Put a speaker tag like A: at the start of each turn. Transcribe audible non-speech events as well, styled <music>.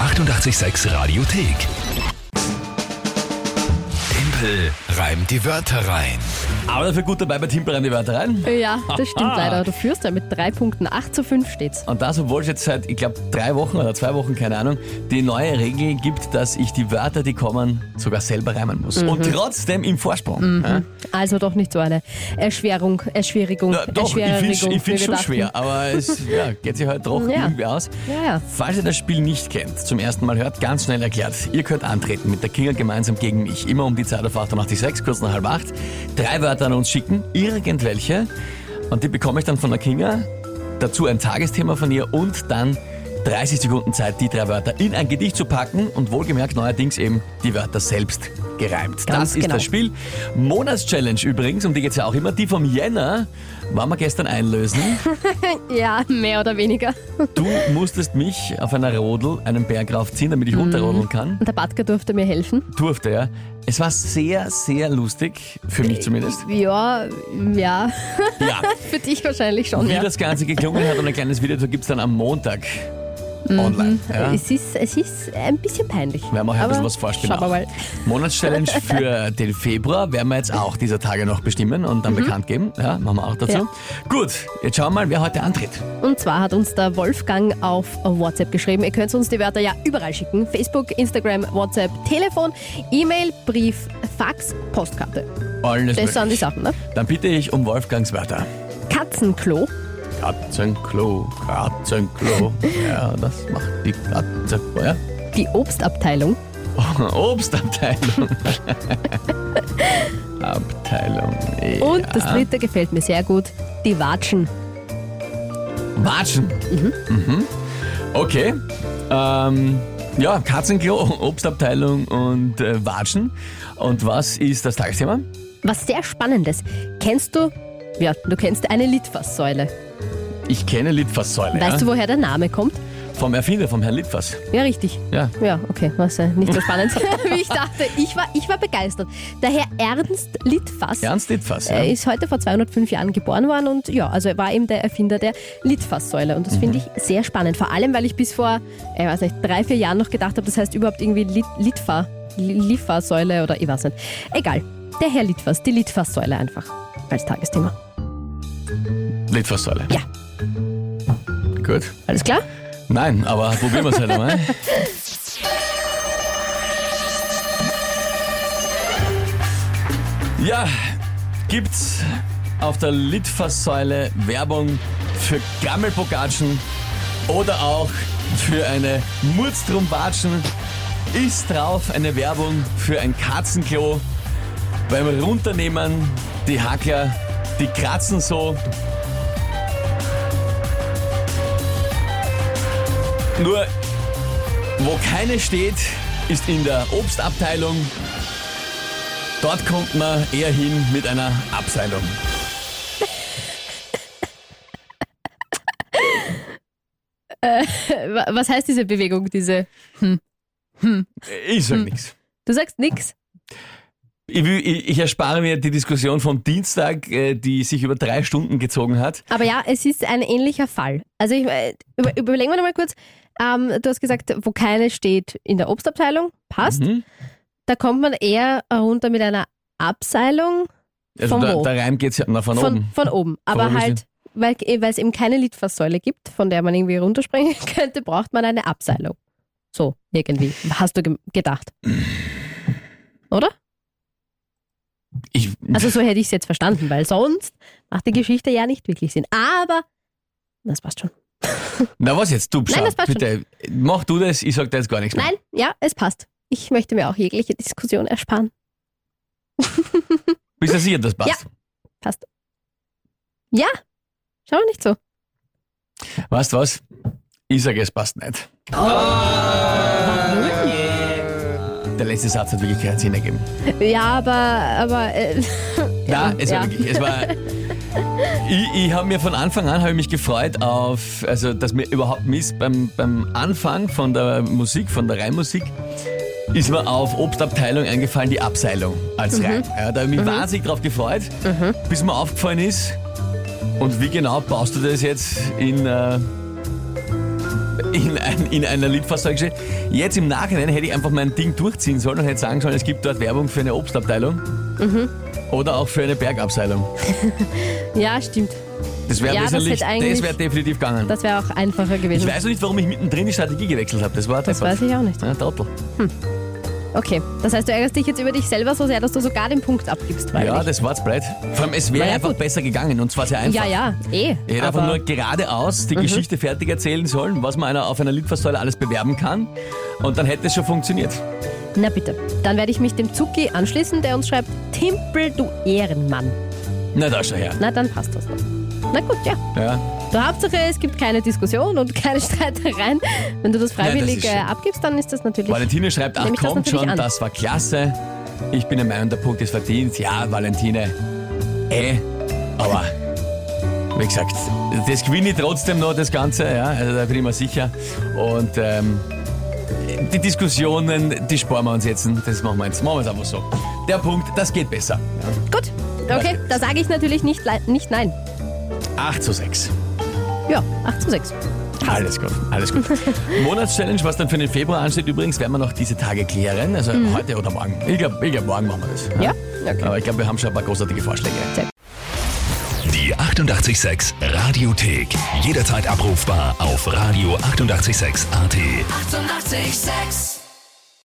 A: 886 Radiothek. Tempel reimt die Wörter rein.
B: Aber dafür gut dabei bei Timpel rein die Wörter rein.
C: Äh, Ja, das stimmt leider. Du führst ja mit drei Punkten. 8 zu 5 steht's.
B: Und das, obwohl es jetzt seit, ich glaube, drei Wochen oder zwei Wochen, keine Ahnung, die neue Regel gibt, dass ich die Wörter, die kommen, sogar selber reimen muss. Und trotzdem im Vorsprung. Ja?
C: Also doch nicht so eine Erschwerung, Erschwierigung,
B: Na, doch, ich
C: Erschwererigung.
B: finde es
C: Wir
B: schon
C: dachten,
B: schwer, aber es ja, geht sich halt doch
C: Ja.
B: irgendwie aus.
C: Ja, ja.
B: Falls ihr das Spiel nicht kennt, zum ersten Mal hört, ganz schnell erklärt, ihr könnt antreten mit der Kinga gemeinsam gegen mich. Immer um die Zeit auf 886, kurz nach halb acht. Drei Wörter an uns schicken, irgendwelche. Und die bekomme ich dann von der Kinga. Dazu ein Tagesthema von ihr und dann 30 Sekunden Zeit, die drei Wörter in ein Gedicht zu packen und wohlgemerkt neuerdings eben die Wörter selbst gereimt.
C: Ganz
B: das ist
C: genau.
B: das Spiel. Monatschallenge übrigens, um die geht es ja auch immer. Die vom Jänner waren wir gestern einlösen.
C: Ja, mehr oder weniger.
B: Du musstest mich auf einer Rodel einen Berg raufziehen, damit
C: Mhm.
B: ich runterrodeln kann.
C: Und der Batka durfte mir helfen.
B: Durfte, ja. Es war sehr, sehr lustig, für mich zumindest.
C: Ja, Äh. <laughs> ja.
B: Ja.
C: Für dich wahrscheinlich schon,
B: Wie
C: ja.
B: das Ganze geklungen hat und ein kleines Video dazu gibt's dann am Montag online. Ja.
C: Es, Mhm. ist, es ist ein bisschen peinlich.
B: Werden wir auch ein bisschen
C: Aber
B: was vorspielen.
C: Schauen wir
B: auch.
C: mal.
B: Monatschallenge
C: <laughs>
B: für den Februar werden wir jetzt auch dieser Tage noch bestimmen und dann bekannt geben. Ja, machen wir auch dazu.
C: Mhm. Ja.
B: Gut, jetzt schauen wir mal, wer heute antritt.
C: Und zwar hat uns der Wolfgang auf WhatsApp geschrieben. Ihr könnt uns die Wörter ja überall schicken. Facebook, Instagram, WhatsApp, Telefon, E-Mail, Brief, Fax, Postkarte.
B: Alles
C: Das sind die
B: möglich.
C: Sachen, ne?
B: Dann bitte ich um Wolfgangs Wörter.
C: Katzenklo,
B: Katzenklo, Katzenklo. ja, das macht die Katze. Ja. <laughs>
C: die Obstabteilung,
B: Obstabteilung. <laughs> Abteilung. E. Ja.
C: Und das dritte gefällt mir sehr gut, die Watschen.
B: Watschen. Mhm. Okay. Ähm, ja, Katzenklo, Obstabteilung und äh, Watschen. Und was ist das Tagesthema?
C: Was sehr spannendes. Kennst du, ja, du kennst eine Litfaßsäule.
B: Ich kenne Litfaßsäule.
C: Weißt du,
B: ja?
C: woher der Name kommt?
B: Vom Erfinder, vom Herrn Litfaß.
C: Ja, richtig.
B: Ja.
C: Ja, okay, was äh, nicht so spannend, <laughs> wie ich dachte. Ich war, ich war begeistert. Der Herr Ernst Litfaß
B: Ernst Litfaß. Ja.
C: Er ist heute vor 205 Jahren geboren worden und ja, also er war eben der Erfinder der Litfaßsäule. Und das finde ich sehr spannend. Vor allem, weil ich bis vor, äh, ich weiß nicht, drei, vier Jahren noch gedacht habe, das heißt überhaupt irgendwie Lit Litfa, Li- Litfaßsäule oder ich weiß nicht. Egal. Der Herr Litfaß, die Litfaßsäule einfach als Tagesthema.
B: Litfaßsäule.
C: Ja.
B: Gut.
C: Alles klar? <laughs>
B: Nein, aber probieren wir es halt einmal. Ja, gibt's auf der Litfaßsäule Werbung für Gammelbogatschen oder auch für eine Murztrumbatschen? Ist drauf eine Werbung für ein Katzenklo? Beim Runternehmen, die Hackler, die kratzen so, Nur, wo keine steht, ist in der Obstabteilung. Dort kommt man eher hin mit einer Abseilung.
C: Äh, wa- Was heißt diese Bewegung, diese?
B: Ich
C: Hm.
B: sag nichts.
C: Du sagst nix?
B: Ich, will- ich, ich erspare mir die Diskussion vom Dienstag, äh, die sich über drei Stunden gezogen hat.
C: Aber ja, es ist ein ähnlicher Fall. Also ich, äh, über, überlegen wir nochmal kurz. Ähm, du hast gesagt, wo keine steht in der Obstabteilung. Passt.
B: Mhm.
C: Da kommt man eher runter mit einer Abseilung
B: Also
C: Von
B: da,
C: wo?
B: der Reim geht's ja na, von,
C: von,
B: oben.
C: von oben. Aber
B: oben ist
C: halt, weil weil es eben keine Litfaßsäule gibt, von der man irgendwie runterspringen <laughs> könnte, braucht man eine Abseilung. So, irgendwie. Hast du ge gedacht. Oder?
B: Ich,
C: Also so hätte ich es jetzt verstanden, weil sonst macht die Geschichte ja nicht wirklich Sinn. Aber das passt schon.
B: na was jetzt, du schau,
C: das passt
B: bitte, mach du das, ich sag da jetzt gar nichts mehr.
C: Nein, ja, es passt. Ich möchte mir auch jegliche Diskussion ersparen.
B: Bist du sicher, das passt?
C: Ja, schau nicht so.
B: Weißt du was? Ich sage, es passt nicht. Der letzte Satz hat wirklich keinen Sinn ergeben.
C: Ja, aber, aber äh, <laughs>
B: Ja, es war
C: ja.
B: wirklich. Es war, ich ich habe mir von Anfang an hab ich mich gefreut auf, also dass mir überhaupt Mist beim, beim Anfang von der Musik, von der Reimmusik, ist mir auf Obstabteilung eingefallen, die Abseilung als Reim. Ja, da habe ich mich wahnsinnig drauf gefreut, bis mir aufgefallen ist. Und wie genau baust du das jetzt in, äh, in, ein, in einer Litfaßsäule gestellt. Jetzt im Nachhinein hätte ich einfach mein Ding durchziehen sollen und hätte sagen sollen, es gibt dort Werbung für eine Obstabteilung oder auch für eine Bergabseilung.
C: Ja, stimmt.
B: Das wäre
C: Ja, das
B: wesentlich,
C: hätte eigentlich-
B: das wäre definitiv gegangen.
C: Das wäre auch einfacher
B: Ich
C: gewesen.
B: weiß noch nicht, warum ich mittendrin die Strategie gewechselt habe. Das war
C: Das weiß ich auch nicht.
B: Ja, Trottel.
C: Okay, das heißt, du ärgerst dich jetzt über dich selber so sehr, dass du sogar den Punkt abgibst.
B: Ja,
C: freiwillig.
B: das war's breit. Vor allem, es wäre
C: Na ja,
B: einfach
C: gut.
B: besser gegangen und zwar sehr einfach.
C: ja, ja, eh.
B: Ich hätte einfach
C: aber- Mhm.
B: nur geradeaus die Geschichte fertig erzählen sollen, was man einer auf einer Litfaßsäule alles bewerben kann. Und dann hätte es schon funktioniert.
C: Na bitte. Dann werde ich mich dem Zucki anschließen, der uns schreibt, Timpel, du Ehrenmann.
B: Na, da schau her.
C: Na, dann passt das noch. Na gut, ja.
B: Ja.
C: Der Hauptsache, es gibt keine Diskussion und keine <laughs> Streitereien. Wenn du das
B: das
C: freiwillig
B: ist
C: äh,
B: schön.
C: abgibst, dann ist das natürlich...
B: Valentine schreibt, ach
C: nehme ich das
B: komm
C: natürlich
B: schon,
C: an.
B: das war klasse. Ich bin der Meinung, der Punkt ist verdient. Ja, Valentine, eh, aber wie gesagt, das gewinne ich trotzdem noch, das Ganze, ja, also da bin ich mir sicher. Und ähm, die Diskussionen, die sparen wir uns jetzt, das machen wir jetzt, machen wir es einfach so. Der Punkt, das geht besser.
C: Gut, okay. Da sage ich natürlich nicht, lei- nicht nein.
B: 8 zu 6.
C: Ja, 8 zu 6.
B: Alles gut, alles
C: <laughs>
B: gut. Monatschallenge, was dann für den Februar ansteht übrigens, werden wir noch diese Tage klären. Also heute oder morgen. Ich glaube, ich glaub, morgen machen wir das.
C: Mhm. Ja? Okay.
B: Aber ich glaube, wir haben schon ein paar großartige Vorschläge.
A: Die 886 Radiothek. Jederzeit abrufbar auf radio886.at. 886!
D: 886